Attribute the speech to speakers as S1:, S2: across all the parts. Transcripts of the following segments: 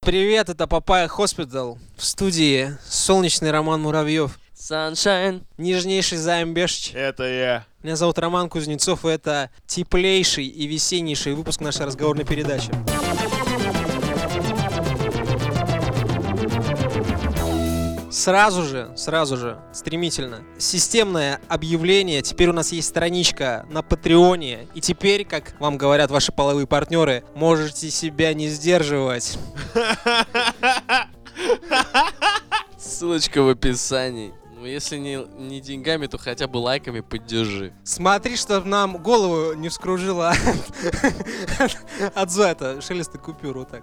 S1: Привет, это Папая Хоспитал. В студии солнечный Роман Муравьев,
S2: Sunshine.
S1: нежнейший Займ Бешч.
S3: Это я.
S1: Меня зовут Роман Кузнецов, и это теплейший и весеннейший выпуск нашей разговорной передачи. Сразу же, сразу же, стремительно. Системное объявление. Теперь у нас есть страничка на Патреоне. И теперь, как вам говорят ваши половые партнеры, можете себя не сдерживать.
S2: Ссылочка в описании. Ну, если не, не деньгами, то хотя бы лайками поддержи.
S1: Смотри, чтобы нам голову не вскружила от зуэта, шелеста купюр вот так.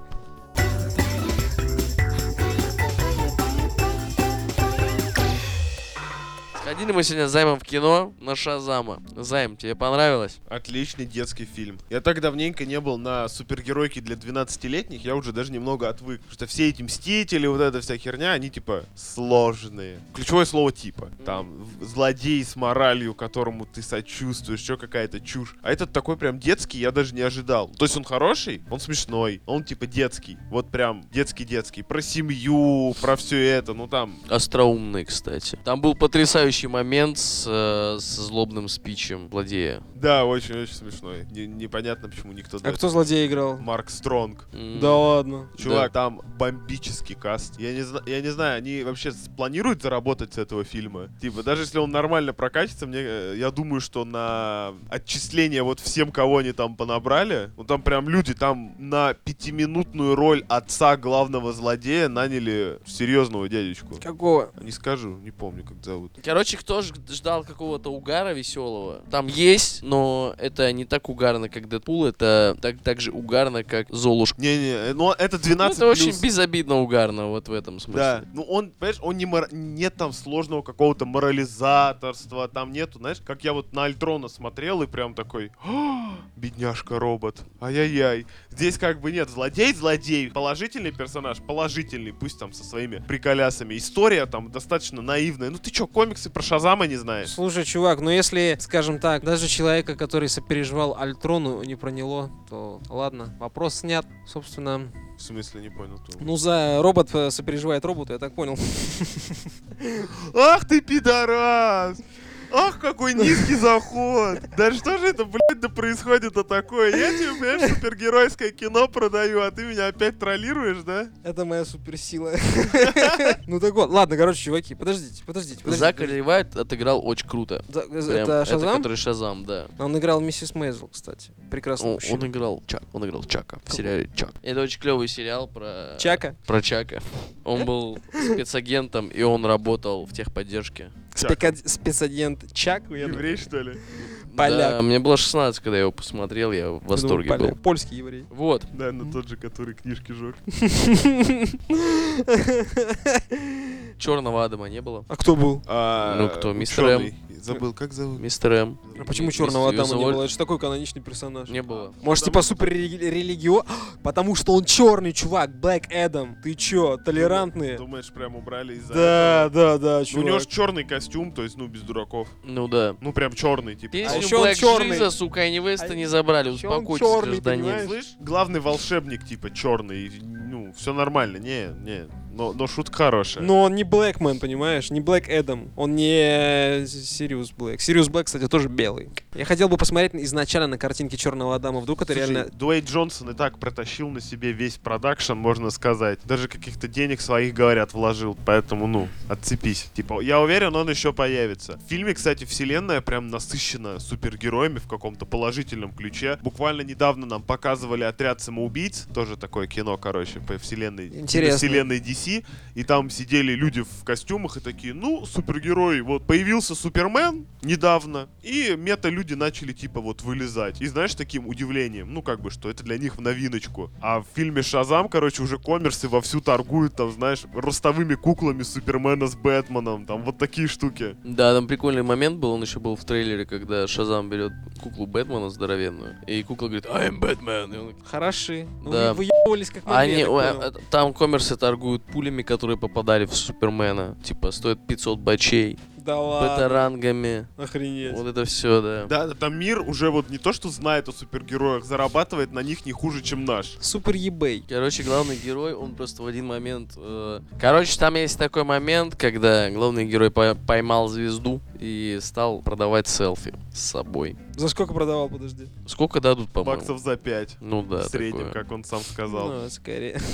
S2: Сходили мы сегодня с Займом в кино на Шазама. Займ, тебе понравилось?
S3: Отличный детский фильм. Я так давненько не был на супергеройке для 12-летних, я уже даже немного отвык. Потому что все эти мстители, вот эта вся херня, они типа сложные. Ключевое слово типа. Там в- злодей с моралью, которому ты сочувствуешь, что какая-то чушь. А этот такой прям детский, я даже не ожидал. То есть он хороший, он смешной, он типа детский. Вот прям детский-детский. Про семью, про все это, ну там
S2: Остроумный, кстати. Там был потрясающий момент с, э, с злобным спичем злодея.
S3: Да, очень-очень смешной. Не- непонятно, почему никто... до
S1: А кто
S3: этого-
S1: злодей играл?
S3: Марк Стронг.
S2: М,
S1: Да ладно.
S3: Чувак, там бомбический каст. Я не, зна- я не знаю, они вообще с- планируют заработать с этого фильма? Типа, даже если он нормально прокатится, мне, э, я думаю, что на отчисление вот всем, кого они там понабрали, ну там прям люди, там на пятиминутную роль отца главного злодея наняли серьезного дядечку.
S1: Какого?
S3: Не скажу, не помню, как зовут.
S2: Короче, кто ж ждал какого-то угара веселого? Там есть, но это не так угарно, как Дэдпул, это так, так же угарно, как Золушка.
S3: Не-не, э, но это
S2: Ну,
S3: 12
S2: это очень
S3: плюс.
S2: безобидно угарно, вот в этом смысле.
S3: Да, ну он, понимаешь, он не мор- нет там сложного какого-то морализаторства, там нету, знаешь, как я вот на Альтрона смотрел и прям такой, «А, бедняжка робот, ай-яй-яй. Здесь как бы нет, злодей, злодей, положительный персонаж, положительный, пусть там со своими приколясами. История там достаточно наивная. Ну ты чё, комиксы про Шазама не знаешь?
S1: Слушай, чувак, ну если, скажем так, даже человека, который сопереживал Альтрону, не проняло, то ладно, вопрос снят. Собственно,
S3: В смысле, не понял. ту.
S1: ну за робот э, сопереживает роботу, я так понял.
S3: Ах ты пидорас! Ах, какой низкий заход! Да что же это, блядь, да происходит-то такое? Я тебе, понимаешь, супергеройское кино продаю, а ты меня опять троллируешь, да?
S1: Это моя суперсила. Ну так вот, ладно, короче, чуваки, подождите, подождите, подождите.
S2: Зак Оливайт отыграл очень круто.
S1: За- за-
S2: Прям,
S1: Это Шазам?
S2: который Шазам, да.
S1: Он играл миссис Мейзел, кстати. Прекрасно.
S2: О, он играл Чак, он играл Чака в
S1: Кого?
S2: сериале Чак. Это очень клевый сериал про
S1: Чака?
S2: про Чака. Он был спецагентом и он работал в техподдержке.
S1: Спека- Спецагент Чак? Ну, я думаю.
S3: Еврей, что ли?
S1: Поляк.
S2: Да, мне было 16, когда я его посмотрел, я в
S1: Думаю,
S2: восторге был.
S1: поляк. Польский еврей.
S2: Вот.
S3: Наверное, тот же, который книжки жег.
S2: Черного Адама не было.
S1: А кто был?
S2: Ну, кто, мистер
S3: Забыл, как зовут?
S2: Мистер М.
S1: А почему
S2: Мистер
S1: черного Адама не
S2: Юзоволь.
S1: было? Это же такой каноничный персонаж.
S2: Не было.
S1: Может, типа
S3: Потому
S1: суперрелигио? Потому что он черный, чувак, Black Adam. Ты чё, толерантные?
S3: Думаешь, прям убрали из-за
S1: Да, да, да,
S3: этого? Ну, у него же
S1: чувак.
S3: черный костюм, то есть, ну, без дураков.
S2: Ну да.
S3: Ну, прям черный, типа.
S1: А
S2: Песню
S1: ещё он
S2: Black
S1: чёрный.
S2: Jesus у Кайни Веста
S1: А
S2: не забрали.
S1: ещё он
S2: Успокойтесь,
S1: чёрный,
S2: гражданин.
S1: понимаешь?
S3: Слышь, главный волшебник, типа, черный. Ну, все нормально, не, не. Но, но шутка хорошая.
S1: Но он не Блэкмен, понимаешь? Не Блэк Эдам. Он не э, Сириус Блэк. Сириус Блэк, кстати, тоже белый. Я хотел бы посмотреть изначально на картинки черного Адама. Вдруг это
S3: Слушай,
S1: реально...
S3: Дуэйн Джонсон и так протащил на себе весь продакшн, можно сказать. Даже каких-то денег своих, говорят, вложил. Поэтому, ну, отцепись. Типа, я уверен, он еще появится. В фильме, кстати, вселенная прям насыщена супергероями в каком-то положительном ключе. Буквально недавно нам показывали «Отряд самоубийц». Тоже такое кино, короче, по вселенной,
S1: Интересно.
S3: вселенной DC. И там сидели люди в костюмах и такие, ну, супергерои, вот появился Супермен недавно, и мета-люди начали типа вот вылезать. И знаешь, таким удивлением, ну, как бы, что это для них в новиночку. А в фильме Шазам, короче, уже коммерсы вовсю торгуют, там, знаешь, ростовыми куклами Супермена с Бэтменом, там вот такие штуки.
S2: Да, там прикольный момент был, он еще был в трейлере, когда Шазам берет куклу Бэтмена здоровенную, и кукла говорит «I am Batman», и он
S1: Хороши. Ну,
S2: Да.
S1: Вы ебывались как
S2: Они,
S1: медведи, я так
S2: э,
S1: понял.
S2: э, там коммерсы торгуют пулями, которые попадали в Супермена. Типа, стоят 500 бачей.
S1: Да ладно.
S2: бета-рангами.
S1: Охренеть.
S2: Вот это все, да.
S3: Да, да, там мир уже вот не то, что знает о супергероях, зарабатывает на них не хуже, чем наш.
S1: Супер eBay.
S2: Короче, главный герой, он просто в один момент... э, Короче, там есть такой момент, когда главный герой по- поймал звезду и стал продавать селфи с собой.
S1: За сколько продавал, подожди?
S2: Сколько дадут, по-моему?
S3: Баксов за 5.
S2: Ну да,
S3: в среднем,
S2: такое.
S3: как он сам сказал.
S1: Ну, скорее.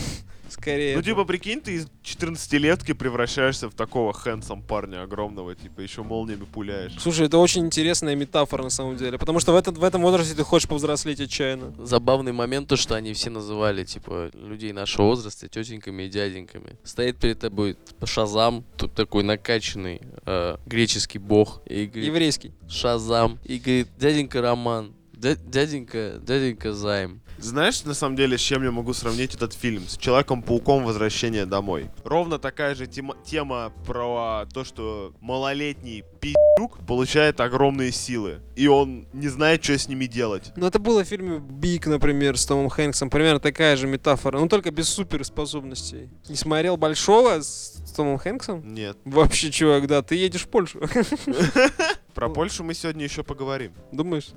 S1: Скорее.
S3: Ну,
S1: это-
S3: типа, прикинь, ты из 14-летки превращаешься в такого хэнсом парня огромного, типа, еще молниями пуляешь.
S1: Слушай, это очень интересная метафора на самом деле, потому что в, этот, в этом возрасте ты хочешь повзрослеть отчаянно.
S2: Забавный момент, то, что они все называли, типа, людей нашего возраста тетеньками и дяденьками. Стоит перед тобой типа Шазам, тут такой накачанный э, греческий бог, и говорит,
S1: Еврейский.
S2: Шазам, и говорит, дяденька Роман, дя- дяденька, дяденька Займ.
S3: Знаешь, на самом деле, с чем я могу сравнить этот фильм? С Человеком-пауком «Возвращение домой». Ровно такая же тема, тема про то, что малолетний пи***юк получает огромные силы, и он не знает, что с ними делать.
S1: Ну, это было в фильме Биг, например, с Томом Хэнксом. Примерно такая же метафора. Ну, только без суперспособностей. Не смотрел большого с, с Томом Хэнксом?
S3: Нет.
S1: Вообще, чувак, да, ты едешь в Польшу.
S3: Про Польшу мы сегодня еще поговорим.
S1: Думаешь?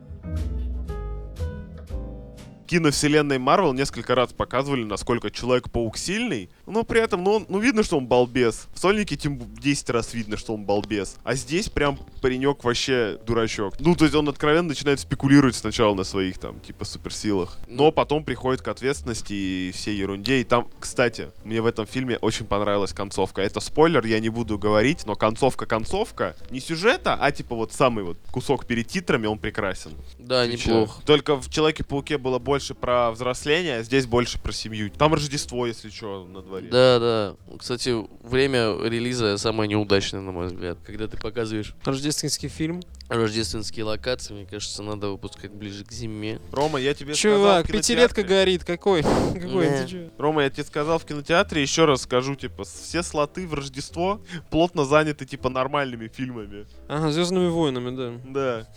S3: киновселенной Марвел несколько раз показывали, насколько Человек-паук сильный, но при этом, ну, он- ну видно, что он балбес. В Сольнике тем бу- 10 раз видно, что он балбес. А здесь прям паренек вообще дурачок. Ну, то есть он откровенно начинает спекулировать сначала на своих там, типа, суперсилах. Но потом приходит к ответственности и всей ерунде. И там, кстати, мне в этом фильме очень понравилась концовка. Это спойлер, я не буду говорить, но концовка-концовка не сюжета, а типа вот самый вот кусок перед титрами, он прекрасен.
S2: Да,
S3: Отвечаю.
S2: неплохо.
S3: Только в Человеке-пауке было больше про взросление, а здесь больше про семью. Там Рождество, если что, на дворе.
S2: Да, да. Кстати, время релиза самое неудачное, на мой взгляд. Когда ты показываешь
S1: Рождественский фильм.
S2: рождественские локации, мне кажется, надо выпускать ближе к зиме.
S3: Рома, я тебе сказал
S1: Чувак,
S3: в кинотеатре-
S1: пятилетка горит. Какой? Какой?
S2: Да.
S1: Ты чё?
S3: Рома, я тебе сказал в кинотеатре, еще раз скажу, типа, с- все слоты в Рождество плотно заняты, типа, нормальными фильмами.
S1: Ага, Звездными войнами, да.
S3: Да.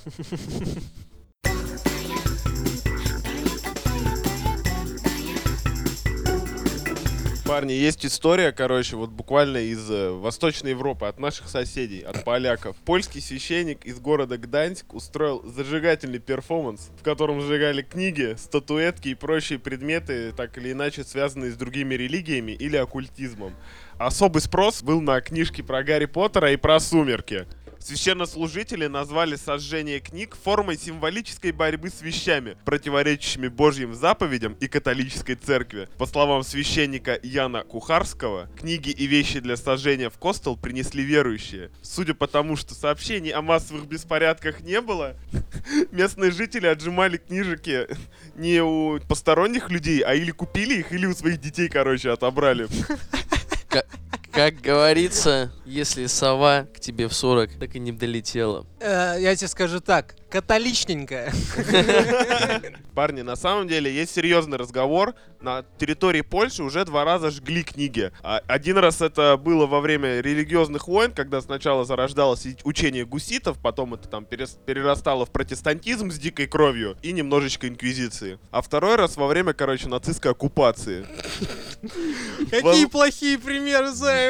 S3: Парни, есть история, короче, вот буквально из э, Восточной Европы, от наших соседей, от поляков. Польский священник из города Гданьск устроил зажигательный перформанс, в котором сжигали книги, статуэтки и прочие предметы, так или иначе связанные с другими религиями или оккультизмом. Особый спрос был на книжки про Гарри Поттера и про сумерки. Священнослужители назвали сожжение книг формой символической борьбы с вещами, противоречащими Божьим заповедям и католической церкви. По словам священника Яна Кухарского, книги и вещи для сожжения в Костел принесли верующие. Судя по тому, что сообщений о массовых беспорядках не было, местные жители отжимали книжики не у посторонних людей, а или купили их, или у своих детей, короче, отобрали.
S2: Как говорится, если сова к тебе в 40, так и не долетела.
S1: Э, Я тебе скажу так, католичненькая.
S3: Парни, на самом деле есть серьезный разговор. На территории Польши уже два раза жгли книги. А Один раз это было во время религиозных войн, когда сначала зарождалось и- учение гуситов, потом это там перес- перерастало в протестантизм с дикой кровью и немножечко инквизиции. А второй раз во время, короче, нацистской оккупации.
S1: Какие плохие примеры, Займ.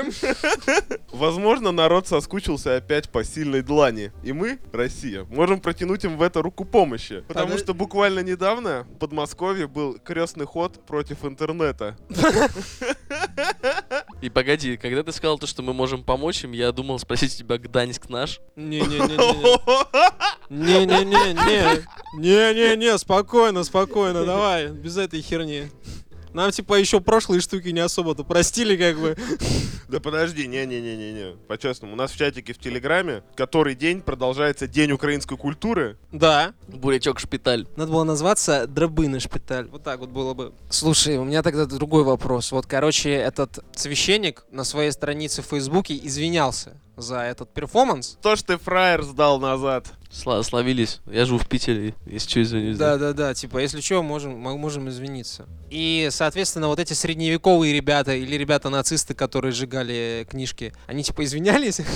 S3: Возможно, народ соскучился опять по сильной длани. И мы, Россия, можем протянуть им в это руку помощи. Потому
S1: Подо-
S3: что буквально недавно в Подмосковье был крестный ход против интернета.
S2: И погоди, когда ты сказал то, что мы можем помочь им, я думал спросить у тебя, Гданьск наш?
S1: Не-не-не-не. Не-не-не-не. Не-не-не, спокойно, спокойно, давай, без этой херни. Нам типа еще прошлые штуки не особо-то простили, как бы.
S3: Да подожди, не-не-не-не-не. По-честному, у нас в чатике в Телеграме который день продолжается День украинской культуры.
S1: Да.
S2: Бурячок шпиталь.
S1: Надо было назваться «Дробы на шпиталь». Вот так вот было бы. Слушай, у меня тогда другой вопрос. Вот, короче, этот священник на своей странице в Фейсбуке извинялся за этот перформанс.
S3: То, что ты фраер сдал назад.
S2: Сла- словились. Я живу в Питере, если что, извинюсь. за-
S1: Да-да-да, типа, если что, можем, мы можем извиниться. И, соответственно, вот эти средневековые ребята или ребята-нацисты, которые сжигали книжки, они типа извинялись?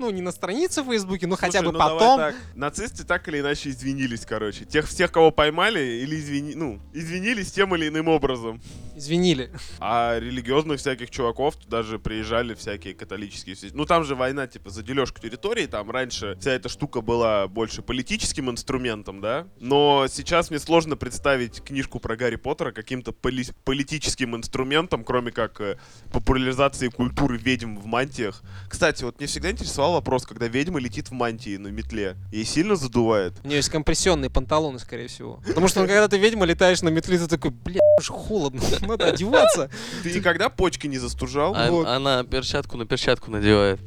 S1: Ну, не на странице в Фейсбуке, но хотя
S3: Слушай,
S1: бы
S3: ну давай
S1: потом.
S3: так. Нацисты так или иначе извинились, короче. Тех всех, кого поймали, или извини, ну, извинились тем или иным образом.
S1: Извинили.
S3: А религиозных всяких чуваков туда же приезжали всякие католические. все- Ну там же война типа за дележку территории, там раньше вся эта штука была больше политическим инструментом, да? Но сейчас мне сложно представить книжку про Гарри Поттера каким-то поли- политическим инструментом, кроме как э, популяризации культуры ведьм в мантиях. Кстати, вот мне всегда интересовал вопрос, когда ведьма летит в мантии на метле, ей сильно задувает?
S1: У нее есть компрессионные панталоны, скорее всего. Потому что ну, когда ты ведьма летаешь на метле, ты такой, блядь, уже холодно, надо одеваться.
S3: Ты никогда почки не застужал?
S2: А-
S1: вот.
S2: Она перчатку на перчатку надевает.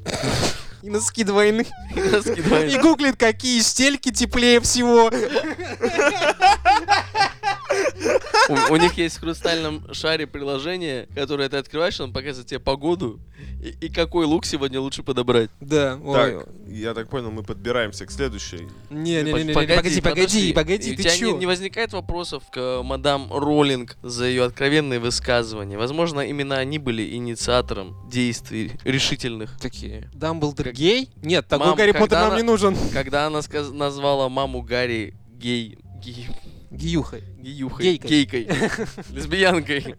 S1: И носки двойные. И
S2: Скидывает.
S1: гуглит, какие стельки теплее всего.
S2: У у них есть в хрустальном шаре приложение, которое ты открываешь, он показывает тебе погоду и и какой лук сегодня лучше подобрать.
S1: Да, а, ой.
S3: Так, я так понял, мы подбираемся к следующей.
S1: Не-не-не, погоди, погоди, погоди,
S2: И
S1: ты
S2: У тебя не-
S1: чё?
S2: не возникает вопросов к э, мадам Роллинг за ее откровенные высказывания. Возможно, именно они были инициатором действий решительных. Такие.
S1: Дамблдор гей? Нет, такой
S2: Мам,
S1: Гарри Поттер
S2: когда
S1: нам
S2: она-
S1: не нужен.
S2: Когда она сказ- назвала маму Гарри гей... гей...
S1: Гиюхой.
S2: геюхой,
S1: Гейкой.
S2: гейкой, лесбиянкой.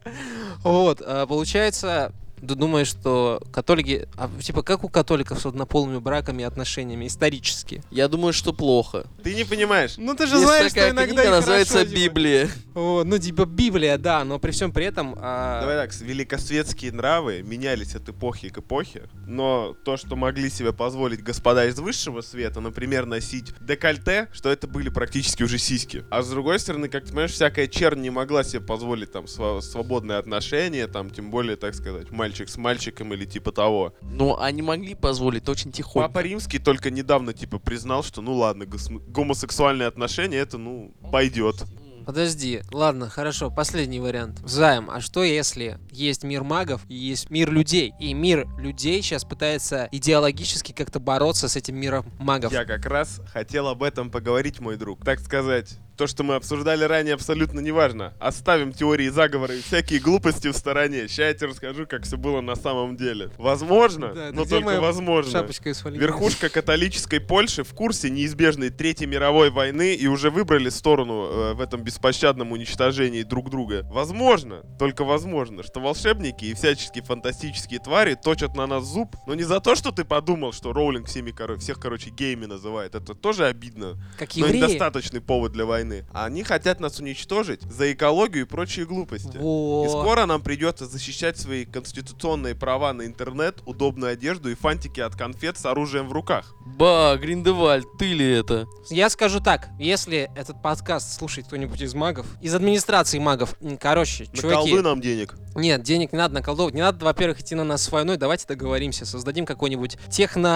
S1: Вот, а, получается, ты думаешь, что католики... а, типа, как у католиков с однополыми браками и отношениями исторически?
S2: Я думаю, что плохо.
S3: Ты не понимаешь.
S1: Ну, ты
S2: Есть такая книга, называется Библия.
S1: ну, типа, Библия, да, но при всем при этом... а,
S3: Давай так, с- великосветские нравы менялись от эпохи к эпохе, но то, что могли себе позволить господа из высшего света, например, носить декольте, что это были практически уже сиськи. А с другой стороны, как ты понимаешь, всякая чернь не могла себе позволить там сва- свободные отношения, там, тем более, так сказать, мальчик с мальчиком или типа того.
S2: Но они могли позволить очень тихонько.
S3: Папа Римский только недавно типа признал, что ну ладно, госм- гомосексуальные отношения это ну пойдет.
S1: Подожди, ладно, хорошо, последний вариант. Займ, а что если есть мир магов и есть мир людей? И мир людей сейчас пытается идеологически как-то бороться с этим миром магов.
S3: Я как раз хотел об этом поговорить, мой друг. Так сказать, то, что мы обсуждали ранее, абсолютно неважно. Оставим теории заговора и всякие глупости в стороне. Сейчас я тебе расскажу, как все было на самом деле. Возможно,
S1: Да, это
S3: но
S1: где
S3: только
S1: моя
S3: возможно.
S1: Шапочка из фольги.
S3: Верхушка католической Польши в курсе неизбежной Третьей мировой войны и уже выбрали сторону э, в этом беспощадном уничтожении друг друга. Возможно, только возможно, что волшебники и всяческие фантастические твари точат на нас зуб, но не за то, что ты подумал, что Роулинг всеми, коро- всех, короче, геями называет. Это тоже обидно,
S1: Как
S3: но
S1: евреи.
S3: недостаточный повод для войны. Они хотят нас уничтожить за экологию и прочие глупости. И
S1: Во.
S3: скоро нам придется защищать свои конституционные права на интернет, удобную одежду и фантики от конфет с оружием в руках.
S2: Ба, Гриндевальд, ты ли это?
S1: Я скажу так, если этот подкаст слушает кто-нибудь из магов, из администрации магов, м, короче, чуваки,
S3: Наколдуй нам денег.
S1: нет, денег не надо наколдовывать, не надо, во-первых, идти на нас с войной, давайте договоримся, создадим какой-нибудь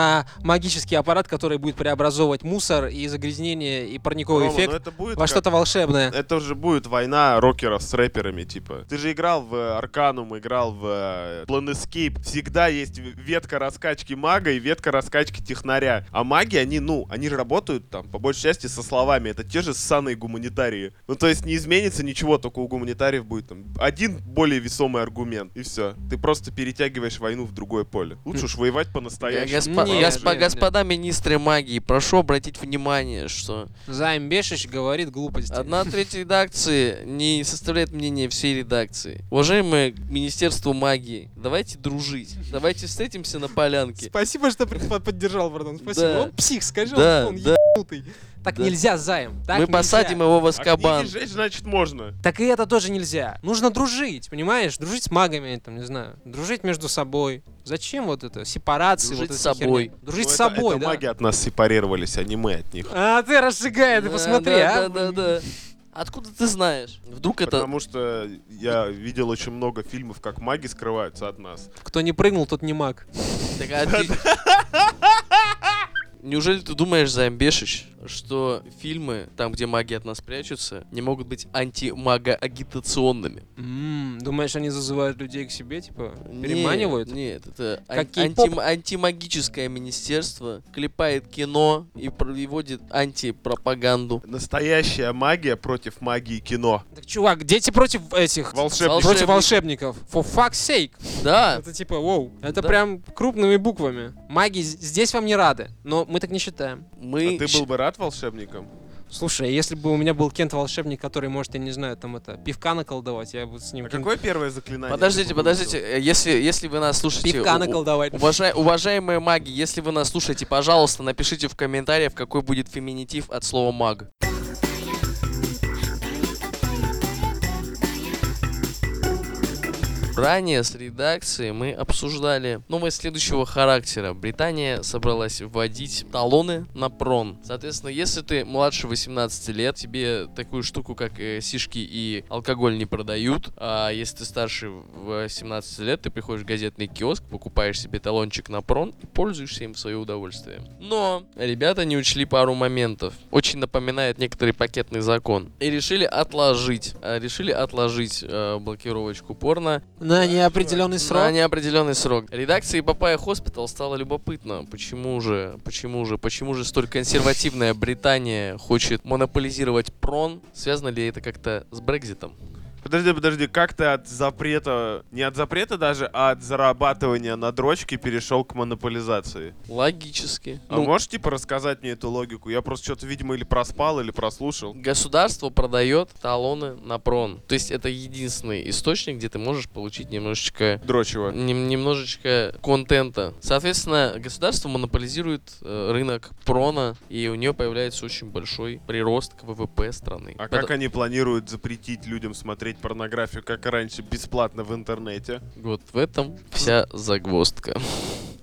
S1: техно-магический аппарат, который будет преобразовывать мусор и загрязнение и парниковый
S3: Рома,
S1: эффект
S3: ну это будет
S1: во
S3: как-
S1: что-то волшебное.
S3: Это же будет война рокеров с рэперами, типа. Ты же играл в э, Арканум, играл в э, Planescape. Всегда есть в- ветка раскачки мага и ветка раскачки технаря. А маги, они, ну, они же работают там, по большей части, со словами. Это те же ссаные гуманитарии. Ну, то есть не изменится ничего, только у гуманитариев будет там один более весомый аргумент. И все. Ты просто перетягиваешь войну в другое поле. Лучше уж воевать по-настоящему.
S2: Госпо-
S1: Нет,
S2: госпо-
S1: нет, нет.
S2: господа министры магии, прошу обратить внимание, что
S1: Займ Бешич говорит глупости.
S2: одна треть редакции не составляет мнение всей редакции. Уважаемое Министерство магии, давайте дружить. Давайте встретимся на полянке.
S1: Спасибо, что поддержал, братан,
S2: спасибо. Да. Он
S1: псих, скажи,
S2: Да, он да.
S1: Так
S2: Да.
S1: нельзя, Займ, так
S2: Мы
S1: нельзя.
S2: посадим его в
S3: А книги
S2: Аскабан.
S3: сжечь, значит, можно.
S1: Так и это тоже нельзя. Нужно дружить, понимаешь? Дружить с магами, там, не знаю. Дружить между собой. Зачем вот это? Сепарации,
S2: Дружить
S1: вот
S2: с
S1: эта
S2: собой.
S1: херня. Дружить
S3: Ну,
S1: с
S3: это-
S1: собой,
S3: это
S1: да.
S3: маги от нас сепарировались, а не мы от них.
S1: А, ты разжигай, ты
S2: Да,
S1: посмотри,
S2: да,
S1: а.
S2: да, да, да. Откуда ты знаешь? Вдруг это...
S3: Потому что я видел очень много фильмов, как маги скрываются от нас.
S1: Кто не прыгнул, тот не маг.
S2: Так, а ты- Неужели ты думаешь, Займ Бешич, что фильмы, там, где маги от нас прячутся, не могут быть антимага-агитационными.
S1: М, думаешь, они зазывают людей к себе, типа,
S2: Не,
S1: переманивают?
S2: Нет, это ан-
S1: Как
S2: анти-
S1: кей-поп?
S2: антимагическое министерство клепает кино и проводит антипропаганду.
S3: Настоящая магия против магии кино.
S1: Так, чувак, дети против этих...
S3: Волшебник. А
S2: Волшеб-
S1: Против волшебников. For fuck's sake.
S2: Да,
S1: Это типа, воу. Это
S2: А. Да.
S1: прям крупными буквами. Маги з- здесь вам не рады, но мы так не считаем.
S2: мы...
S3: А ты был бы рад волшебником?
S1: Слушай, а если бы у меня был Кент-волшебник, который может, я не знаю, там это, пивка наколдовать, я бы с ним...
S3: А какое первое заклинание? ты
S2: Подождите,
S3: выучил?
S2: подождите, э, если, если вы нас слушаете...
S1: Пивка
S2: у- у-
S1: наколдовать.
S2: уважа- уважаемые маги, если вы нас слушаете, пожалуйста, напишите в комментариях, какой будет феминитив от слова маг. Ранее с редакцией мы обсуждали новость следующего характера. Британия собралась вводить талоны на прон. Соответственно, если ты младше 18 лет, тебе такую штуку, как э, сишки и алкоголь не продают. А если ты старше 18 лет, ты приходишь в газетный киоск, покупаешь себе талончик на прон и пользуешься им в свое удовольствие. Но ребята не учли пару моментов. Очень напоминает некоторый пакетный закон. И решили отложить. э, Решили отложить э, блокировочку порно
S1: На неопределенный
S2: на
S1: срок.
S2: неопределенный срок. Редакции Папая Хоспитал стало любопытно, почему же, почему же, почему же столь консервативная Британия хочет монополизировать прон? Связано ли это как-то с Брекзитом?
S3: Подожди, подожди, как ты от запрета, не от запрета даже, а от зарабатывания на дрочке перешел к монополизации?
S2: Логически.
S3: А
S2: Ну,
S3: можешь, типа, рассказать мне эту логику? Я просто что-то, видимо, или проспал, или прослушал.
S2: Государство продает талоны на прон. То есть это единственный источник, где ты можешь получить немножечко
S3: Дрочево.
S2: нем- немножечко контента. Соответственно, государство монополизирует э, рынок прона, и у нее появляется очень большой прирост к ВВП страны.
S3: А
S2: Поэтому-
S3: как они планируют запретить людям смотреть порнографию, как и раньше, бесплатно в интернете?
S2: Вот в этом вся загвоздка.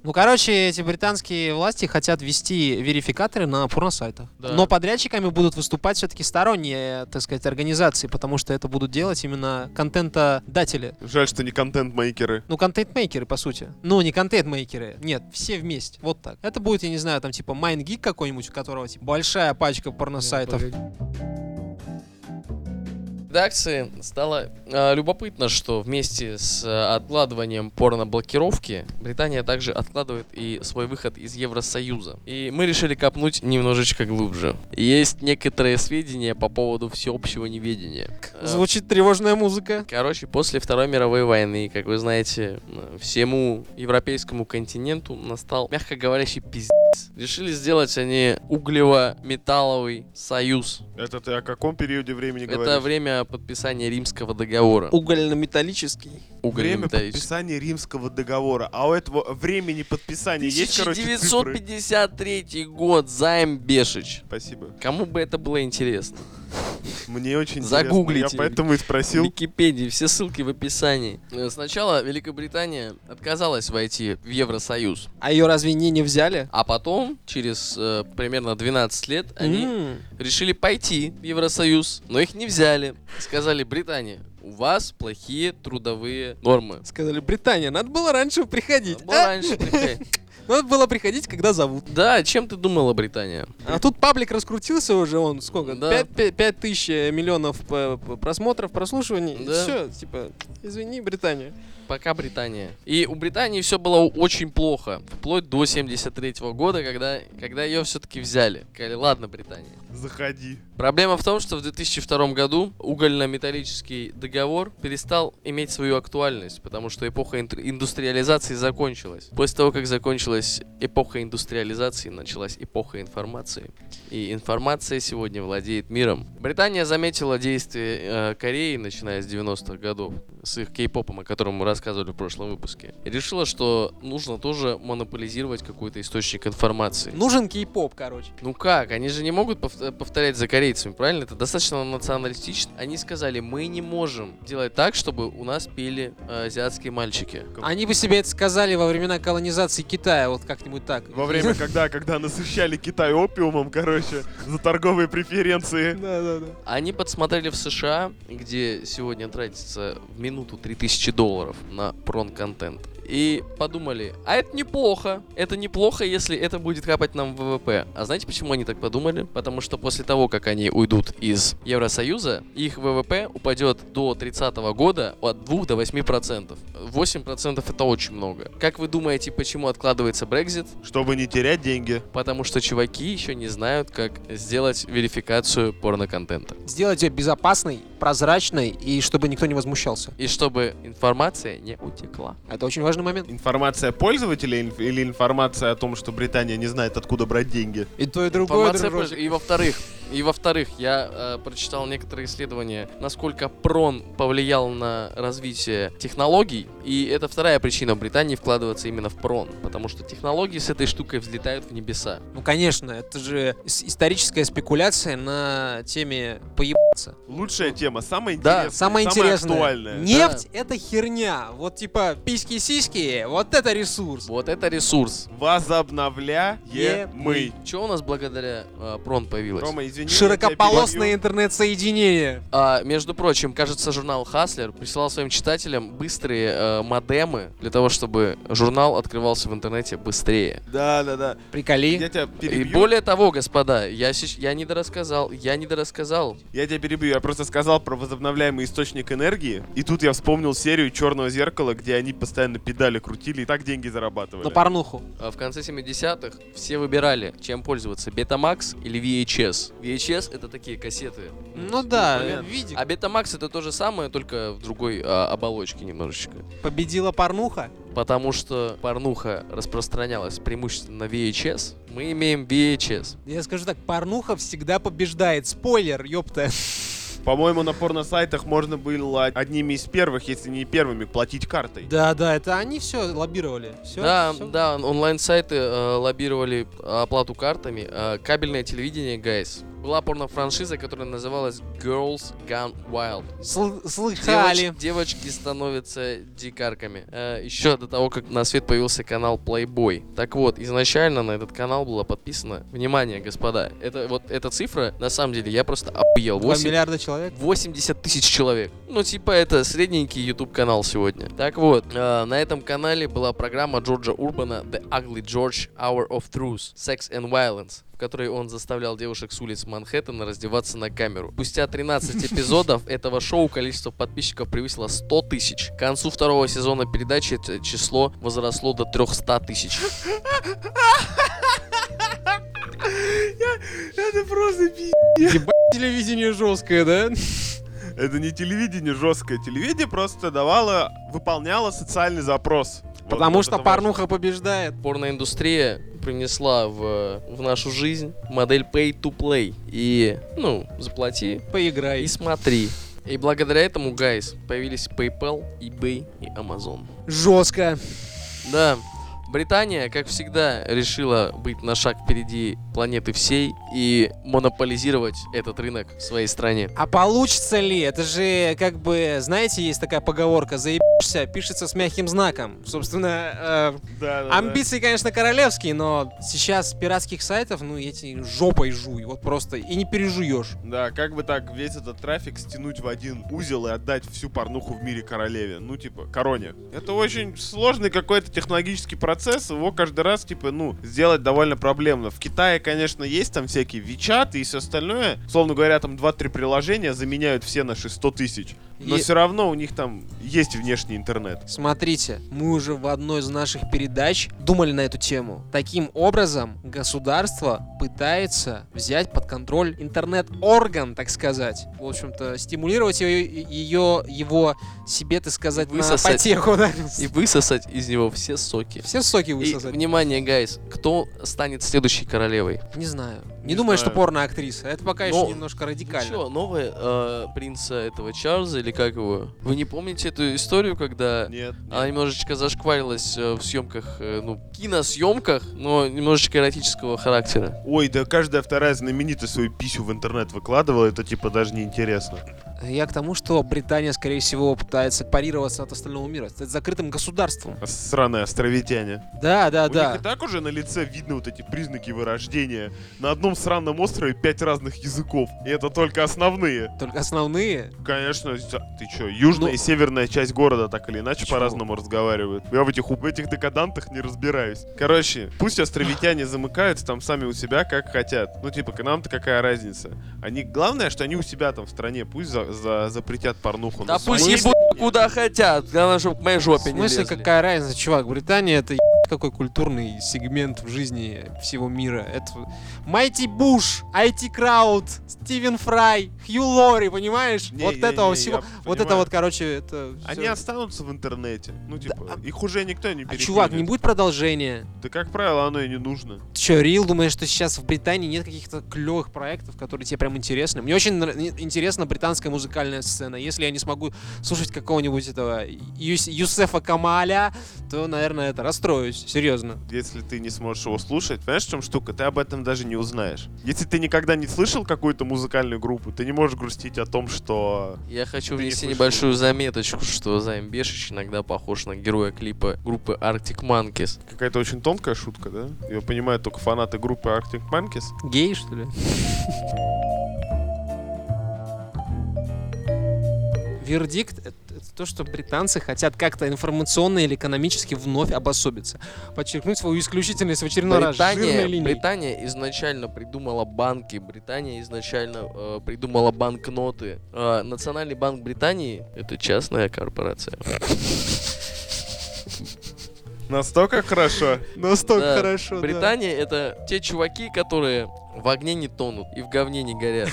S1: Ну, короче, эти британские власти хотят ввести верификаторы на порносайтах.
S2: Да.
S1: Но подрядчиками будут выступать все-таки сторонние, так сказать, организации, потому что это будут делать именно контентодатели.
S3: Жаль, что не контент-мейкеры.
S1: Ну, контент-мейкеры, по сути. Ну, не контент-мейкеры. Нет, все вместе. Вот так. Это будет, я не знаю, там, типа, MindGeek какой-нибудь, у которого, типа, большая пачка порносайтов.
S2: Редакции стало э, любопытно, что вместе с э, откладыванием порноблокировки Британия также откладывает и свой выход из Евросоюза. И мы решили копнуть немножечко глубже. Есть некоторые сведения по поводу всеобщего неведения. Э,
S1: Звучит тревожная музыка.
S2: Короче, после Второй мировой войны, как вы знаете, э, всему европейскому континенту настал, мягко говорящий пиздец. Решили сделать они углево-металловый союз.
S3: Это ты о каком периоде времени
S2: Это
S3: говоришь?
S2: время подписания Римского договора.
S1: Угольно-металлический.
S3: Время
S2: Угольно-металлический.
S3: подписания Римского договора. А у этого времени подписания есть, короче, цифры?
S2: 1953 год, займ Бешич.
S3: Спасибо.
S2: Кому бы это было интересно?
S3: Мне очень
S2: Загуглите.
S3: интересно. Я поэтому и
S2: В
S3: спросил.
S2: Википедии, все ссылки в описании. Э, Сначала Великобритания отказалась войти в Евросоюз,
S1: А ее разве не, не взяли?
S2: а потом, через э, примерно 12 лет, они
S1: М.
S2: решили пойти в Евросоюз, но их не взяли. Сказали Британия, у вас плохие трудовые нормы.
S1: Сказали, Британия, надо было раньше приходить.
S2: Было
S1: А?
S2: раньше приходить.
S1: Надо было приходить, когда зовут.
S2: Да, чем ты думала, Британия?
S1: А тут паблик раскрутился уже, он сколько?
S2: Да.
S1: пять пять- пять тысяч э, миллионов э, п- просмотров, прослушиваний.
S2: Да.
S1: Все, типа, извини, Британия.
S2: Пока Британия. И у Британии все было о- очень плохо, вплоть до 73 года, когда, когда ее все-таки взяли. Сказали, ладно, Британия.
S3: Заходи.
S2: Проблема в том, что в 2002 году угольно-металлический договор перестал иметь свою актуальность, потому что эпоха интр- индустриализации закончилась. После того, как закончилась эпоха индустриализации, началась эпоха информации. И информация сегодня владеет миром. Британия заметила действия э, Кореи, начиная с 90-х годов, с их кей-попом, о котором мы рассказывали в прошлом выпуске, и решила, что нужно тоже монополизировать какой-то источник информации.
S1: Нужен кей-поп, короче.
S2: Ну как? Они же не могут повт- повторять за корейцами, правильно? Это достаточно националистично. Они сказали, мы не можем делать так, чтобы у нас пели э, азиатские мальчики.
S1: Они бы себе это сказали во времена колонизации Китая, вот как-нибудь так.
S3: Во время, когда, когда насыщали Китай опиумом, короче, за торговые преференции.
S1: Да-да-да.
S2: Они подсмотрели в США, где сегодня тратится в минуту 3000 долларов на прон-контент. и подумали, а это неплохо. Это неплохо, если это будет капать нам в ВВП. А знаете, почему они так подумали? Потому что после того, как они уйдут из Евросоюза, их ВВП упадет до 30 года от 2 до 8 процентов. 8 процентов это очень много. Как вы думаете, почему откладывается Брекзит?
S3: Чтобы не терять деньги.
S2: Потому что чуваки еще не знают, как сделать верификацию порно-контента.
S1: Сделать ее безопасной, прозрачной и чтобы никто не возмущался.
S2: И чтобы информация не утекла.
S1: Это очень важный момент.
S3: Информация пользователя инф- или информация о том, что Британия не знает, откуда брать деньги?
S1: И то, и другое,
S2: Информация
S1: дружочек.
S2: позже. И во-вторых, и во-вторых, я э, прочитал некоторые исследования, насколько прон повлиял на развитие технологий, и это вторая причина Британии вкладываться именно в прон, потому что технологии с этой штукой взлетают в небеса.
S1: Ну, конечно, это же ис- историческая спекуляция на теме поебаться.
S3: Лучшая тема, самая
S2: Да,
S3: интересная,
S1: Самое интересное.
S3: самая актуальная.
S1: Нефть это херня. Вот типа письки-сиськи, вот это ресурс.
S2: Вот это ресурс.
S3: Возобновляемый.
S2: Что у нас благодаря э, прон появилось?
S3: Рома, извини, я тебя
S1: Широкополосное
S3: перебью.
S1: интернет-соединение.
S2: А, между прочим, кажется, журнал Хаслер присылал своим читателям быстрые э, модемы для того, чтобы журнал открывался в интернете быстрее.
S3: Да, да, да.
S1: Приколи.
S3: Я тебя перебью.
S2: И более того, господа, я, сеч- я недорассказал, я недорассказал.
S3: Я тебя перебью. Я просто сказал про возобновляемый источник энергии. И тут я вспомнил серию Черного зеркала, где они постоянно педали крутили и так деньги зарабатывали.
S1: На порнуху.
S2: А В конце 70-х все выбирали, чем пользоваться, Betamax или VHS. VHS это такие кассеты.
S1: Ну да,
S3: понятно.
S1: видик.
S2: А Betamax это то же самое, только в другой а, оболочке немножечко.
S1: Победила порнуха.
S2: Потому что порнуха распространялась преимущественно на VHS, мы имеем VHS.
S1: Я скажу так, порнуха всегда побеждает. Спойлер, ёпта.
S3: По-моему, на порно-сайтах можно было одними из первых, если не первыми, платить картой.
S1: Да-да, это они все лоббировали. Все,
S2: да, да, онлайн-сайты э, лоббировали оплату картами. Э, кабельное телевидение, guys. Была порнофраншиза, которая называлась Girls Gone Wild.
S1: слыхали.
S2: Девоч- девочки становятся дикарками. Э, еще до того, как на свет появился канал Playboy. Так вот, изначально на этот канал было подписано, внимание, господа, это вот эта цифра, на самом деле, я просто охуел.
S1: 2
S2: Восемь-
S1: миллиарда человек.
S2: 80 тысяч человек. Ну, типа, это средненький YouTube канал сегодня. Так вот, э, на этом канале была программа Джорджа Урбана The Ugly George Hour of Truth Sex and Violence в которой он заставлял девушек с улиц Манхэттена раздеваться на камеру. Спустя 13 эпизодов этого шоу количество подписчиков превысило 100 тысяч. К концу второго сезона передачи это число возросло до 300 тысяч.
S3: Это просто пи***.
S1: Телевидение жесткое, да?
S3: Это не телевидение жесткое. Телевидение просто давало, выполняло социальный запрос. Вот,
S1: Потому
S3: вот
S1: что
S3: это важно.
S1: порнуха побеждает.
S2: Порноиндустрия принесла в, в нашу жизнь модель pay to play. И, ну, заплати,
S1: Поиграй.
S2: И смотри. И благодаря этому, guys, появились PayPal, eBay и Amazon.
S1: Жестко.
S2: Да, Британия, как всегда, решила быть на шаг впереди планеты всей и монополизировать этот рынок в своей стране.
S1: А получится ли? Это же, как бы, знаете, есть такая поговорка, заебешься, пишется с мягким знаком. Собственно, э,
S3: Да, да, да.
S1: амбиции, конечно, королевские, но сейчас пиратских сайтов, ну, эти жопой жуй, вот просто, и не пережуешь.
S3: Да, как бы так весь этот трафик стянуть в один узел и отдать всю порнуху в мире королеве. Ну, типа, короне. Это очень сложный какой-то технологический процесс. Его каждый раз, типа, ну, сделать довольно проблемно. В Китае, конечно, есть там всякие Вичаты и все остальное. Словно говоря, там 2-3 приложения заменяют все наши 100 тысяч. Но
S1: И-
S3: все равно у них там есть внешний интернет.
S1: Смотрите, мы уже в одной из наших передач думали на эту тему. Таким образом, государство пытается взять под контроль интернет-орган, так сказать. В общем-то, стимулировать ее, ее его себе, так сказать, на
S2: Высосать.
S1: потеху. да.
S2: И высосать из него все соки.
S1: Все соки
S2: И,
S1: высосать.
S2: внимание, guys, кто станет следующей королевой?
S1: Не знаю. Не,
S3: Не
S1: думаю, что
S3: знаю.
S1: порно-актриса. Это пока
S2: Но-
S1: еще немножко радикально.
S2: Что, новая Ну э, принца этого Чарльза или как его? Вы не помните эту историю, когда
S3: Нет.
S2: Она немножечко зашкварилась э, в съемках, э, ну, киносъемках, но немножечко эротического характера.
S3: Ой, да каждая вторая знаменитость свою писю в интернет выкладывала, это типа даже неинтересно.
S1: Я к тому, что Британия, скорее всего, пытается парироваться от остального мира, стать закрытым государством.
S3: А Сраные островитяне.
S1: Да, да,
S3: У
S1: А, да.
S3: них и так уже на лице видно вот эти признаки вырождения. На одном сраном острове пять разных языков. И это только основные.
S1: Только основные.
S3: Конечно, с- ты чё, южная
S1: Ну-
S3: и северная часть города так или иначе
S1: Почему?
S3: по-разному разговаривают. Я в этих, в этих декадантах не разбираюсь. Короче, пусть островитяне замыкаются там сами у себя как хотят. Ну типа, к нам-то какая разница. Они, главное, что они у себя там в стране, пусть за- за- запретят порнуху. Ну,
S2: Да
S3: Но
S2: пусть
S3: свои-
S2: ебут куда хотят, главное, чтобы к моей
S1: В
S2: жопе не
S1: смысле,
S2: лезли.
S1: какая разница, чувак? Британия это ебать какой культурный сегмент в жизни всего мира. Это Майти Буш, Айти Крауд, Стивен Фрай, Хью Лори, понимаешь?
S3: Не,
S1: вот
S3: не,
S1: этого
S3: не,
S1: всего.
S3: я
S1: Вот это
S3: понимаю.
S1: вот, короче, это. всё.
S3: Они останутся в интернете. Ну, типа,
S1: а-
S3: их уже никто не
S1: А
S3: переходит.
S1: чувак, не будет продолжения.
S3: Да, как правило, оно и не нужно.
S1: Ты чё, Рил, думаешь, что сейчас в Британии нет каких-то клевых проектов, которые тебе прям интересны? Мне очень нра- не- интересна британская музыкальная сцена. Если я не смогу слушать какого-нибудь этого Юс- Юсефа Камаля, то, наверное, это расстроюсь. Серьезно.
S3: Если ты не сможешь его слушать, понимаешь, в чем штука? Ты об этом даже не узнаешь. Если ты никогда не слышал какую-то музыкальную группу, ты не можешь грустить о том, что...
S2: Я хочу
S3: Ты не
S2: внести
S3: слышал?
S2: небольшую заметочку, что Займ Бешич иногда похож на героя клипа группы Arctic Monkeys.
S3: Какая-то очень тонкая шутка, да? Ее понимают только фанаты группы Arctic Monkeys.
S1: Гей, что ли? Вердикт — это, это то, что британцы хотят как-то информационно или экономически вновь обособиться. Подчеркнуть свою исключительность в очередной раз жирной
S2: Британия,
S1: линией.
S2: Британия изначально придумала банки, Британия изначально э, придумала банкноты. Э, Национальный банк Британии — это частная корпорация.
S3: Настолько хорошо.
S1: Настолько
S2: Да,
S1: хорошо, да.
S2: Британия — это те чуваки, которые в огне не тонут и в говне не горят.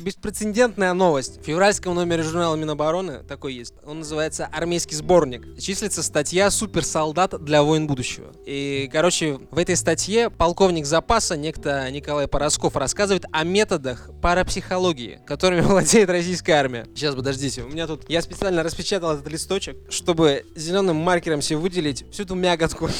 S1: Беспрецедентная новость. В февральском номере журнала Минобороны такой есть. Он называется «Армейский сборник». Числится статья «Суперсолдат для войн будущего». И, короче, в этой статье полковник запаса, некто Николай Поросков, рассказывает о методах парапсихологии, которыми владеет российская армия. Сейчас, подождите, у меня тут... Я специально распечатал этот листочек, чтобы зеленым маркером себе выделить всю эту мяготку.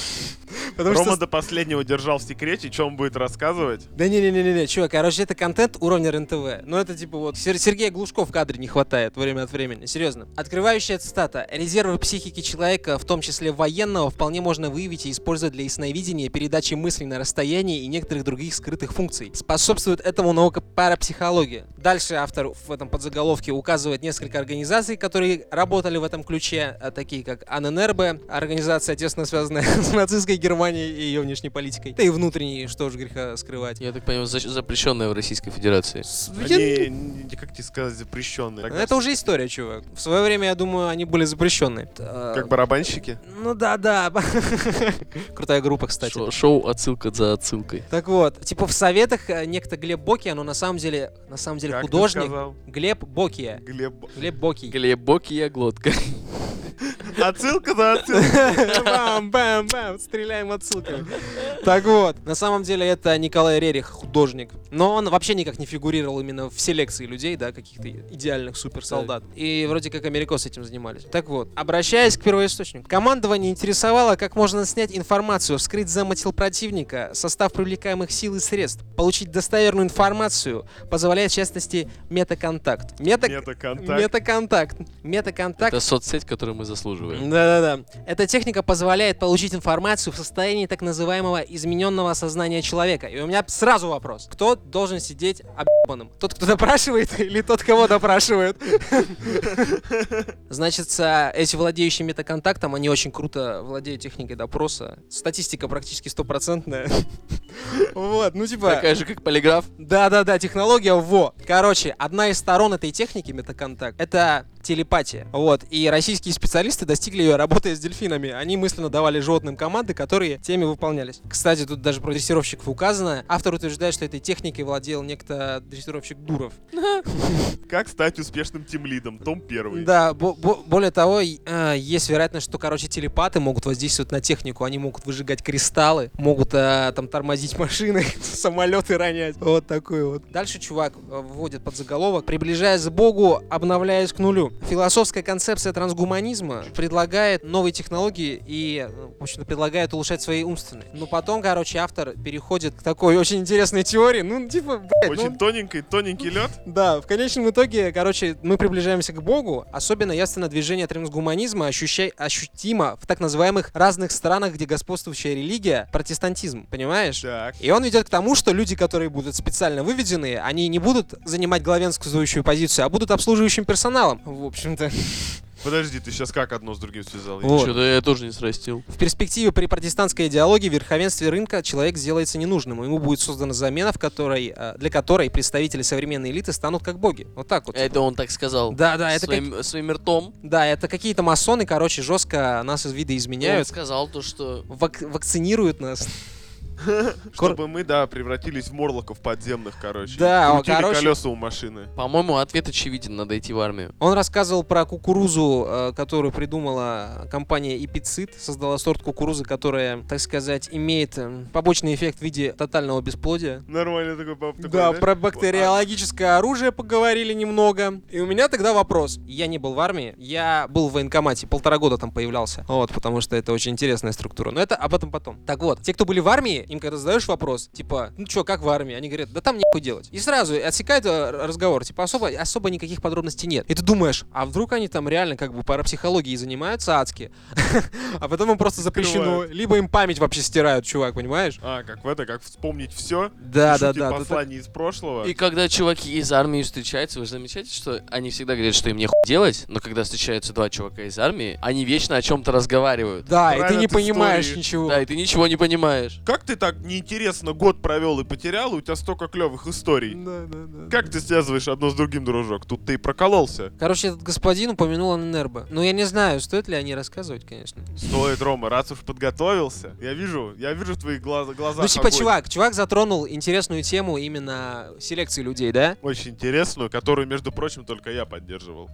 S1: Потому
S3: Рома до последнего держал в секрете, что он будет рассказывать.
S1: да не-не-не-не, чувак, короче, это контент уровня РНТВ. Ну это типа вот Сер- Сергея Глушко в кадре не хватает время от времени, серьезно. Открывающая цитата. Резервы психики человека, в том числе военного, вполне можно выявить и использовать для ясновидения, передачи мыслей на расстоянии и некоторых других скрытых функций. Способствует этому наука парапсихология. Дальше автор в этом подзаголовке указывает несколько организаций, которые работали в этом ключе, а такие как АННРБ, организация, тесно связанная с нацистской Германией и ее внешней политикой, да и внутренней, что уж греха скрывать.
S2: Я так понимаю, за- запрещенная в Российской Федерации.
S1: С- Ну я
S3: Они, н- н- как тебе сказать, запрещенные.
S1: не- Это уже история, чувак. В свое время, я думаю, они были запрещены. Э,
S3: Как барабанщики.
S1: Ну да, да. Крутая группа, кстати.
S2: Шо- Шоу «Отсылка за отсылкой».
S1: Так вот, типа в советах э, некто Глеб Бокия, но на самом деле, на самом деле
S3: Как ты
S1: художник
S3: сказал?
S1: Глеб Бокия.
S3: Глеб.
S1: Глеб Бокий.
S2: Глебокия глотка.
S3: Отсылка за отсылкой.
S1: Бам, бам, бам, стреляем отсылками. Так вот, на самом деле это Николай Рерих, художник. Но он вообще никак не фигурировал именно в селекции людей, да, каких-то идеальных суперсолдат. И вроде как америкосы этим занимались. Так вот, обращаясь к первоисточнику. Командование интересовало, как можно снять информацию, вскрыть замысел противника, состав привлекаемых сил и средств, получить достоверную информацию, позволяет, в частности, метаконтакт. Мета...
S3: Мета-контакт.
S1: Метаконтакт. Метаконтакт
S2: Это соцсеть, которую мы заслуживаем.
S1: да-да-да. Эта техника позволяет получить информацию в состоянии так называемого измененного сознания человека. И у меня сразу вопрос. Кто должен сидеть объебанным? Тот, кто допрашивает или тот, кого допрашивают? Значит, а, эти владеющие метаконтактом, они очень круто владеют техникой допроса. Статистика практически стопроцентная. Вот, ну типа...
S2: Такая же, как полиграф.
S1: Да-да-да, технология во. Короче, одна из сторон этой техники метаконтакт — это телепатия. Вот, и российские специалисты достигли ее, работая с дельфинами. Они мысленно давали животным команды, которые теми выполнялись. Кстати, тут даже про дрессировщиков указано. Автор утверждает, что этой техникой владел некто дрессировщик Дуров.
S3: Как стать успешным тимлидом? Том первый.
S1: Да, бо- бо- более того, и, э, есть вероятность, что, короче, телепаты могут воздействовать на технику, они могут выжигать кристаллы, могут э, там тормозить машины, самолеты ронять, а, вот такой вот. Дальше чувак э, вводит под заголовок, приближаясь к Богу, обновляясь к нулю. году. Философская концепция трансгуманизма предлагает новые технологии и, ну, в общем-то, предлагает улучшать свои умственные. Но потом, короче, автор переходит к такой очень интересной теории. Ну, типа, блядь, ну,
S3: Очень тоненький, тоненький лед.
S1: да, в конечном итоге, короче, мы приближаемся к Богу. Особенно ясно движение трансгуманизма ощущай, ощутимо в так называемых разных странах, где господствующая религия — протестантизм, понимаешь?
S3: Так.
S1: И он ведет к тому, что люди, которые будут специально выведены, они не будут занимать главенствующую позицию, а будут обслуживающим персоналом. В общем-то,
S3: Подожди, ты сейчас как одно с другим связал? Я
S1: Вот.
S2: Что-то я тоже не срастил.
S1: в перспективе при протестантской идеологии в верховенстве рынка человек сделается ненужным, и ему будет создана замена, в которой, э, для которой представители современной элиты станут как боги. Вот так вот.
S2: Это он так сказал.
S1: Да, да, это
S2: своим, своим ртом.
S1: Да, это какие-то масоны, короче, жестко нас из вида
S2: Он
S1: изменяют,
S2: сказал то, что...
S1: вак- вакцинируют нас.
S3: не- Чтобы мы, да, превратились в морлоков подземных, короче.
S1: Да,
S3: И
S1: о,
S3: крутили
S1: короче.
S3: колеса у машины.
S2: По-моему, ответ очевиден, надо идти в армию.
S1: Он рассказывал про кукурузу, э, которую придумала компания Эпицит, создала сорт кукурузы, которая, так сказать, имеет э, побочный эффект в виде тотального бесплодия.
S3: Нормально такой пап. такой, а,
S1: да,
S3: знаешь,
S1: про
S3: вот, а
S1: бактериологическое оружие поговорили немного. И у меня тогда вопрос. Я не был в армии, я был в военкомате, полтора года там появлялся. Вот, потому что это очень интересная структура. Но это об этом потом. Так вот, те, кто были в армии, им когда задаешь вопрос, типа, ну чё, как в армии? Они говорят, да там нехуй делать. И сразу отсекают э, разговор, типа, особо, особо никаких подробностей нет. И ты думаешь, а вдруг они там реально как бы парапсихологией занимаются адски, а потом им просто запрещено.
S3: Скрывают.
S1: Либо им память вообще стирают, чувак, понимаешь?
S3: А, как в это, как вспомнить все.
S1: Да, да, да. ты так-
S3: Послание из прошлого.
S2: И когда чуваки из армии встречаются, вы же замечаете, что они всегда говорят, что им не хуй делать, но когда встречаются два чувака из армии, они вечно о чем-то разговаривают.
S1: Да, и ты
S3: Правят
S1: не понимаешь
S3: истории.
S1: ничего.
S2: Да, и ты ничего не понимаешь.
S3: Как ты так неинтересно год провел и потерял, и у тебя столько клевых историй?
S1: Да, да, да.
S3: Как ты связываешь одно с другим, дружок? Тут ты и прокололся.
S1: Короче, этот господин упомянул Нербо. Ну, я не знаю, стоит ли они рассказывать, конечно.
S3: Стоит, Рома, раз уж подготовился. Я вижу, я вижу в твоих глаз- глазах.
S1: ну, типа,
S3: огонь.
S1: чувак, чувак затронул интересную тему именно селекции людей, да?
S3: Очень интересную, которую, между прочим, только я поддерживал.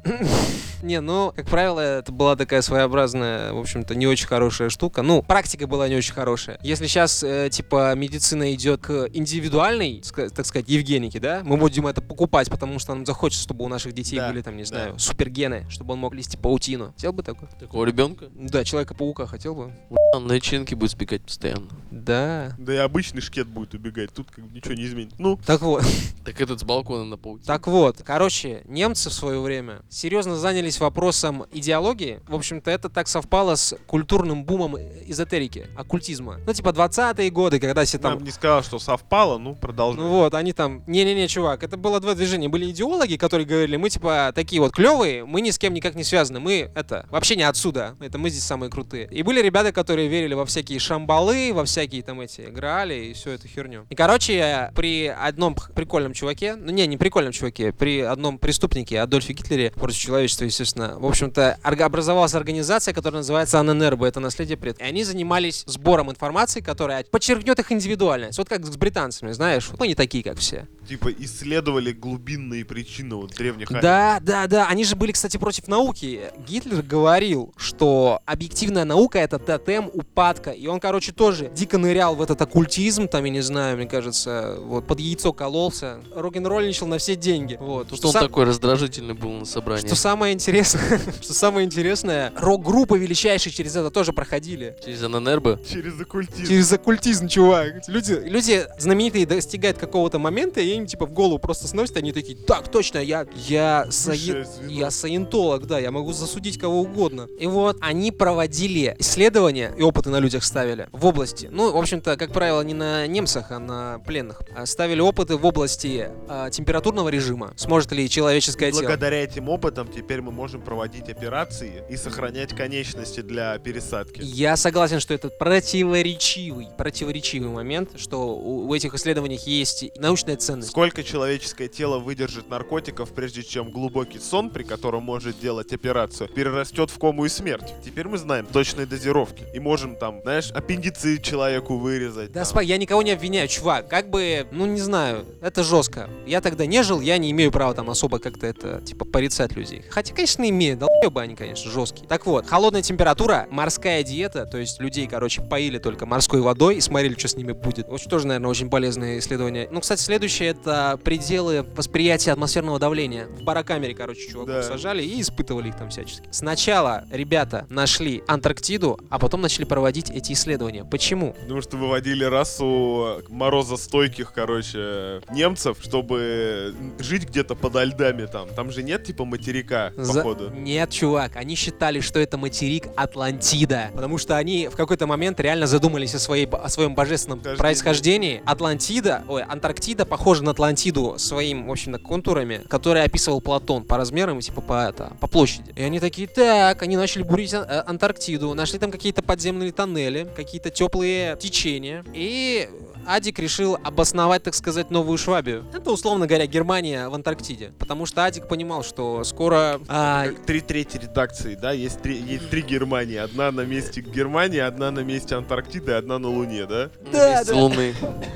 S1: Не, ну, как правило, это была такая своеобразная, в общем-то, не очень хорошая штука. Ну, практика была не очень хорошая. Если сейчас, типа, медицина идет к индивидуальной, ска- так сказать, Евгенике, да, мы будем это покупать, потому что нам захочется, чтобы у наших детей
S3: Да,
S1: были, там, не
S3: да.
S1: знаю, супергены, чтобы он мог листить паутину. Хотел бы такой?
S2: Такого ребенка.
S1: Да, Человека-паука хотел бы.
S2: Он начинки будет спекать постоянно.
S1: Да.
S3: Да и обычный шкет будет убегать, тут как бы ничего не изменит. Ну,
S1: Так вот,
S2: Так этот с балкона на паутине.
S1: Так вот, короче, немцы в свое время серьезно занялись вопросом идеологии. В общем-то, это так совпало с культурным бумом эзотерики, оккультизма. Ну, типа 20-е годы, когда все
S3: нам
S1: там...
S3: не сказал, что совпало, ну, продолжай.
S1: Ну вот, они там... Не-не-не, чувак, это было два движения. Были идеологи, которые говорили, мы типа такие вот клевые, мы ни с кем никак не связаны, мы это вообще не отсюда, это мы здесь самые крутые. И были ребята, которые верили во всякие шамбалы, во всякие там эти грали и всю эту херню. И короче, при одном х- прикольном чуваке, ну не, не прикольном чуваке, при одном преступнике Адольфе Гитлере против человечества, естественно, в общем-то, орга- образовалась организация, которая называется Аненербо, это наследие предков. И они занимались сбором информации, которая подчеркнет их индивидуальность. Вот как с британцами, знаешь, вот мы не такие, как все.
S3: Типа исследовали глубинные причины вот древних арий.
S1: Да, да, да. Они же были, кстати, против науки. Гитлер говорил, что объективная наука это тотем упадка. И он, короче, тоже дико нырял в этот оккультизм, там, я не знаю, мне кажется, вот под яйцо кололся. Рок-н-ролльничал на все деньги. Вот.
S2: Что он
S1: Сам-
S2: такой раздражительный был на собрании.
S1: что самое интересное, что самое интересное, рок-группы величайшие через это тоже проходили.
S2: Через Ананербо.
S3: Через оккультизм.
S1: Через оккультизм, чувак. Люди, люди знаменитые достигают какого-то момента, и им типа в голову просто сносят, они такие, так, точно, я, я,
S3: Высшее
S1: саи-
S3: звено».
S1: я саентолог, да, я могу засудить кого угодно. И вот они проводили исследования и опыты на людях ставили в области, ну, в общем-то, как правило, не на немцах, а на пленных. А Ставили опыты в области а, температурного режима. Сможет ли человеческое тело?
S3: Благодаря этим опытам теперь мы можем проводить операции и сохранять конечности для пересадки.
S1: Я согласен, что это противоречивый, противоречивый момент, что у, у этих исследований есть и научная ценность.
S3: Сколько человеческое тело выдержит наркотиков, прежде чем глубокий сон, при котором может делать операцию, перерастет в кому и смерть? Теперь мы знаем точные дозировки. И можем там, знаешь, аппендицит человеку вырезать.
S1: Да,
S3: там.
S1: спа, я никого не обвиняю, чувак. Как бы, ну не знаю, это жестко. Я тогда не жил, я не имею права там особо как-то это, типа, порицать людей. Хотя, конечно, имею, долбоебы они, конечно, жесткие. Так вот, холодная температура, морская диета, то есть людей, короче, поили только морской водой и смотрели, что с ними будет. Вот тоже, наверное, очень полезное исследование. Ну, кстати, следующее это пределы восприятия атмосферного давления. В барокамере, короче, чуваков
S3: Да.
S1: сажали и испытывали их там всячески. Сначала ребята нашли Антарктиду, а потом начали проводить эти исследования. Почему?
S3: Потому что выводили расу морозостойких, короче, немцев, чтобы жить где-то подо льдами там. Там же нет, типа, материка,
S1: За-
S3: походу.
S1: Нет, чувак, они считали, что это материк Атлантида, потому что они в какой-то момент реально задумались о, своей, о своем божественном
S3: Подожди,
S1: происхождении. Атлантида, ой, Антарктида похожа на Атлантиду своим, в общем-то, контурами, которые описывал Платон по размерам и типа по, это, по площади. И они такие, так, они начали бурить Ан- э, Антарктиду, нашли там какие-то подземные тоннели, какие-то теплые течения, и Адик решил обосновать, так сказать, новую Швабию. Это, условно говоря, Германия в Антарктиде. Потому что Адик понимал, что скоро... а,
S3: Как три трети редакции, да, есть три, есть три Германии. Одна на месте Германии, одна на месте Антарктиды, одна на Луне, да?
S1: Да,
S2: Вместе
S1: да.
S2: Луны.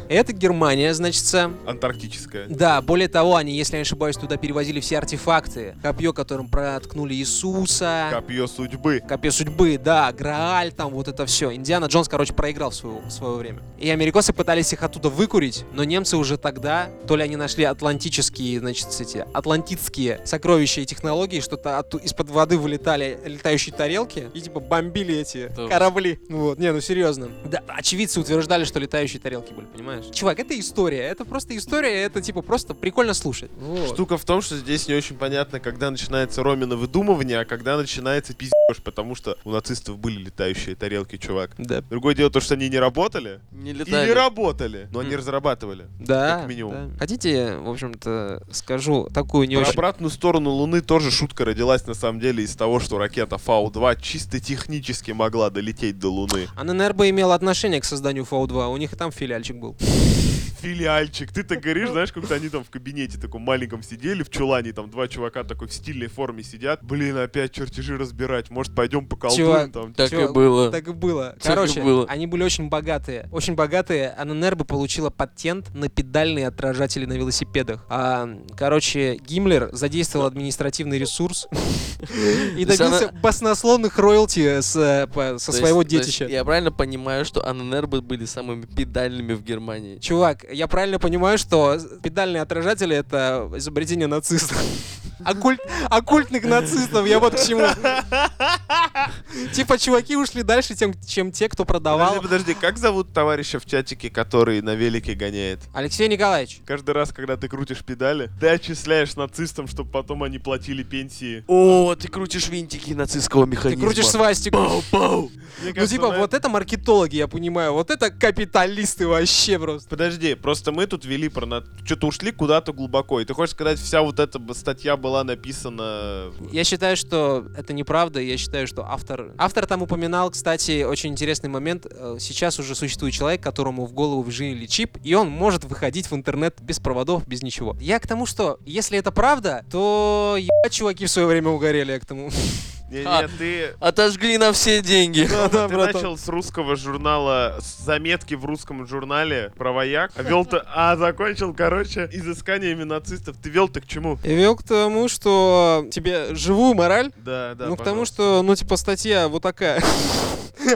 S1: Это Германия, значит.
S3: Антарктическая.
S1: Да, более того, они, если я не ошибаюсь, туда перевозили все артефакты. Копье, которым проткнули Иисуса.
S3: Копье судьбы.
S1: Копье судьбы, да, Грааль, там вот это все. Индиана Джонс, короче, проиграл в свое, в свое время. И америкосы пытались их оттуда выкурить, но немцы уже тогда, то ли они нашли атлантические, значит, эти, атлантические сокровища и технологии, что-то отту- из-под воды вылетали летающие тарелки и типа бомбили эти
S2: Да.
S1: корабли. Вот, не, ну серьезно. Да, очевидцы утверждали, что летающие тарелки были, понимаешь? Чувак, это история, это просто история, это типа просто прикольно слушать. Вот.
S3: Штука в том, что здесь не очень понятно, когда начинается Ромина выдумывание, а когда начинается пиздеж, потому что у нацистов были летающие тарелки, чувак.
S1: Да.
S3: Другое дело то, что они не работали.
S2: Не
S3: Или
S2: летали.
S3: работали, но они
S2: М.
S3: разрабатывали.
S1: Да,
S3: Как минимум.
S1: да. Хотите, в общем-то, скажу такую не
S3: Про
S1: очень...
S3: обратную сторону Луны тоже шутка родилась на самом деле из того, что ракета Фау-2 чисто технически могла долететь до Луны.
S1: А ННРБ имела отношение к созданию ФАУ-2, у них и там филиальчик был.
S3: Филиальчик, ты так говоришь, знаешь, как-то они там в кабинете таком маленьком сидели, в чулане, там два чувака такой в стильной форме сидят. Блин, опять чертежи разбирать, может пойдем поколдуем
S1: Чувак,
S3: там.
S2: Так и
S1: Чё,
S2: было.
S1: Так и было.
S2: Так и
S1: Короче,
S2: было.
S1: они были очень богатые. Очень богатые. А ННРБ получила патент на педальные отражатели на велосипедах. А, короче, Гиммлер задействовал административный ресурс и
S2: То есть
S1: добился баснословных роялти с, э, по- со
S2: То
S1: своего
S2: есть- то есть
S1: детища.
S2: Я правильно понимаю, что Аннербы были самыми педальными в Германии.
S1: Чувак, я правильно понимаю, что педальные отражатели это изобретение нацистов. Оккульт, оккультных нацистов, я вот к чему. Типа, чуваки ушли дальше, тем, чем те, кто
S3: Подожди,
S1: продавал.
S3: подожди, как зовут товарища в чатике, который на велике гоняет?
S1: Алексей Николаевич.
S3: Каждый раз, когда ты крутишь педали, ты отчисляешь нацистам, чтобы потом они платили пенсии.
S2: О, ты крутишь винтики нацистского
S1: Ты
S2: механизма.
S1: крутишь свастику.
S3: Мне
S1: Ну,
S3: кажется,
S1: типа,
S3: на
S1: вот это маркетологи, я понимаю. Вот это капиталисты вообще просто.
S3: Подожди, просто мы тут вели про... Что-то ушли куда-то глубоко. И ты хочешь сказать, вся вот эта бы статья была написана...
S1: Я считаю, что это неправда. Я считаю, что автор... Автор там упоминал, кстати, очень интересный момент. Э, Сейчас уже существует человек, которому в голову вжили чип, и он может выходить в интернет без проводов, без ничего. Я к тому, что если это правда, то ебать, чуваки в свое время угорели, я к тому.
S3: Не,
S2: А.
S3: не, ты...
S2: Отожгли на все деньги.
S1: Да,
S3: Ты
S1: братан.
S3: начал с русского журнала, с заметки в русском журнале про вояк, а вел то, а закончил, короче, изысканиями нацистов. Ты вел то к чему?
S1: И вел к тому, что тебе живую мораль,
S3: Да, да.
S1: ну к тому, что, ну типа статья вот такая.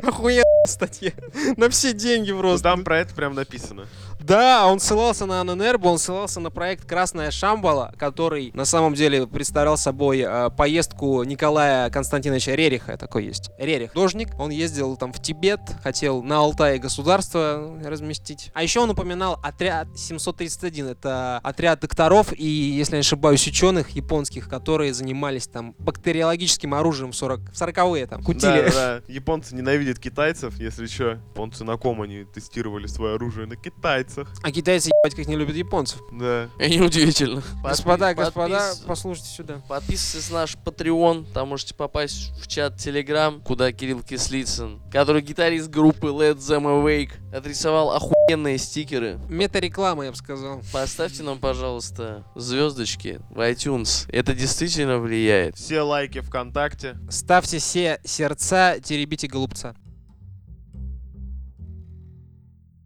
S1: Охуенная статья. На все деньги просто.
S3: Там про это прям написано.
S1: Да, он ссылался на Аненербу, он ссылался на проект «Красная Шамбала», который на самом деле представлял собой э, поездку Николая Константиновича Рериха, такой есть. Рерих, художник, он ездил там в Тибет, хотел на Алтае государство разместить. А еще он упоминал отряд 731, это отряд докторов и, если не ошибаюсь, ученых японских, которые занимались там бактериологическим оружием в, 40, в 40-е там, кутили.
S3: Да, да, да. Японцы ненавидят китайцев, если что. Японцы на ком они тестировали свое оружие? На китайцах.
S1: А китайцы, ебать, как не любят японцев.
S3: Да.
S2: И неудивительно.
S1: господа,
S2: Подпи-
S1: господа,
S2: подпис-
S1: послушайте сюда.
S2: Подписывайтесь на наш Patreon, там можете попасть в чат Telegram, куда Кирилл Кислицын, который гитарист группы Led Them Awake, отрисовал охуенные стикеры.
S1: Мета-реклама, я бы сказал.
S2: Поставьте нам, пожалуйста, звездочки в iTunes. Это действительно влияет.
S3: Все лайки ВКонтакте.
S1: Ставьте все сердца, теребите голубца.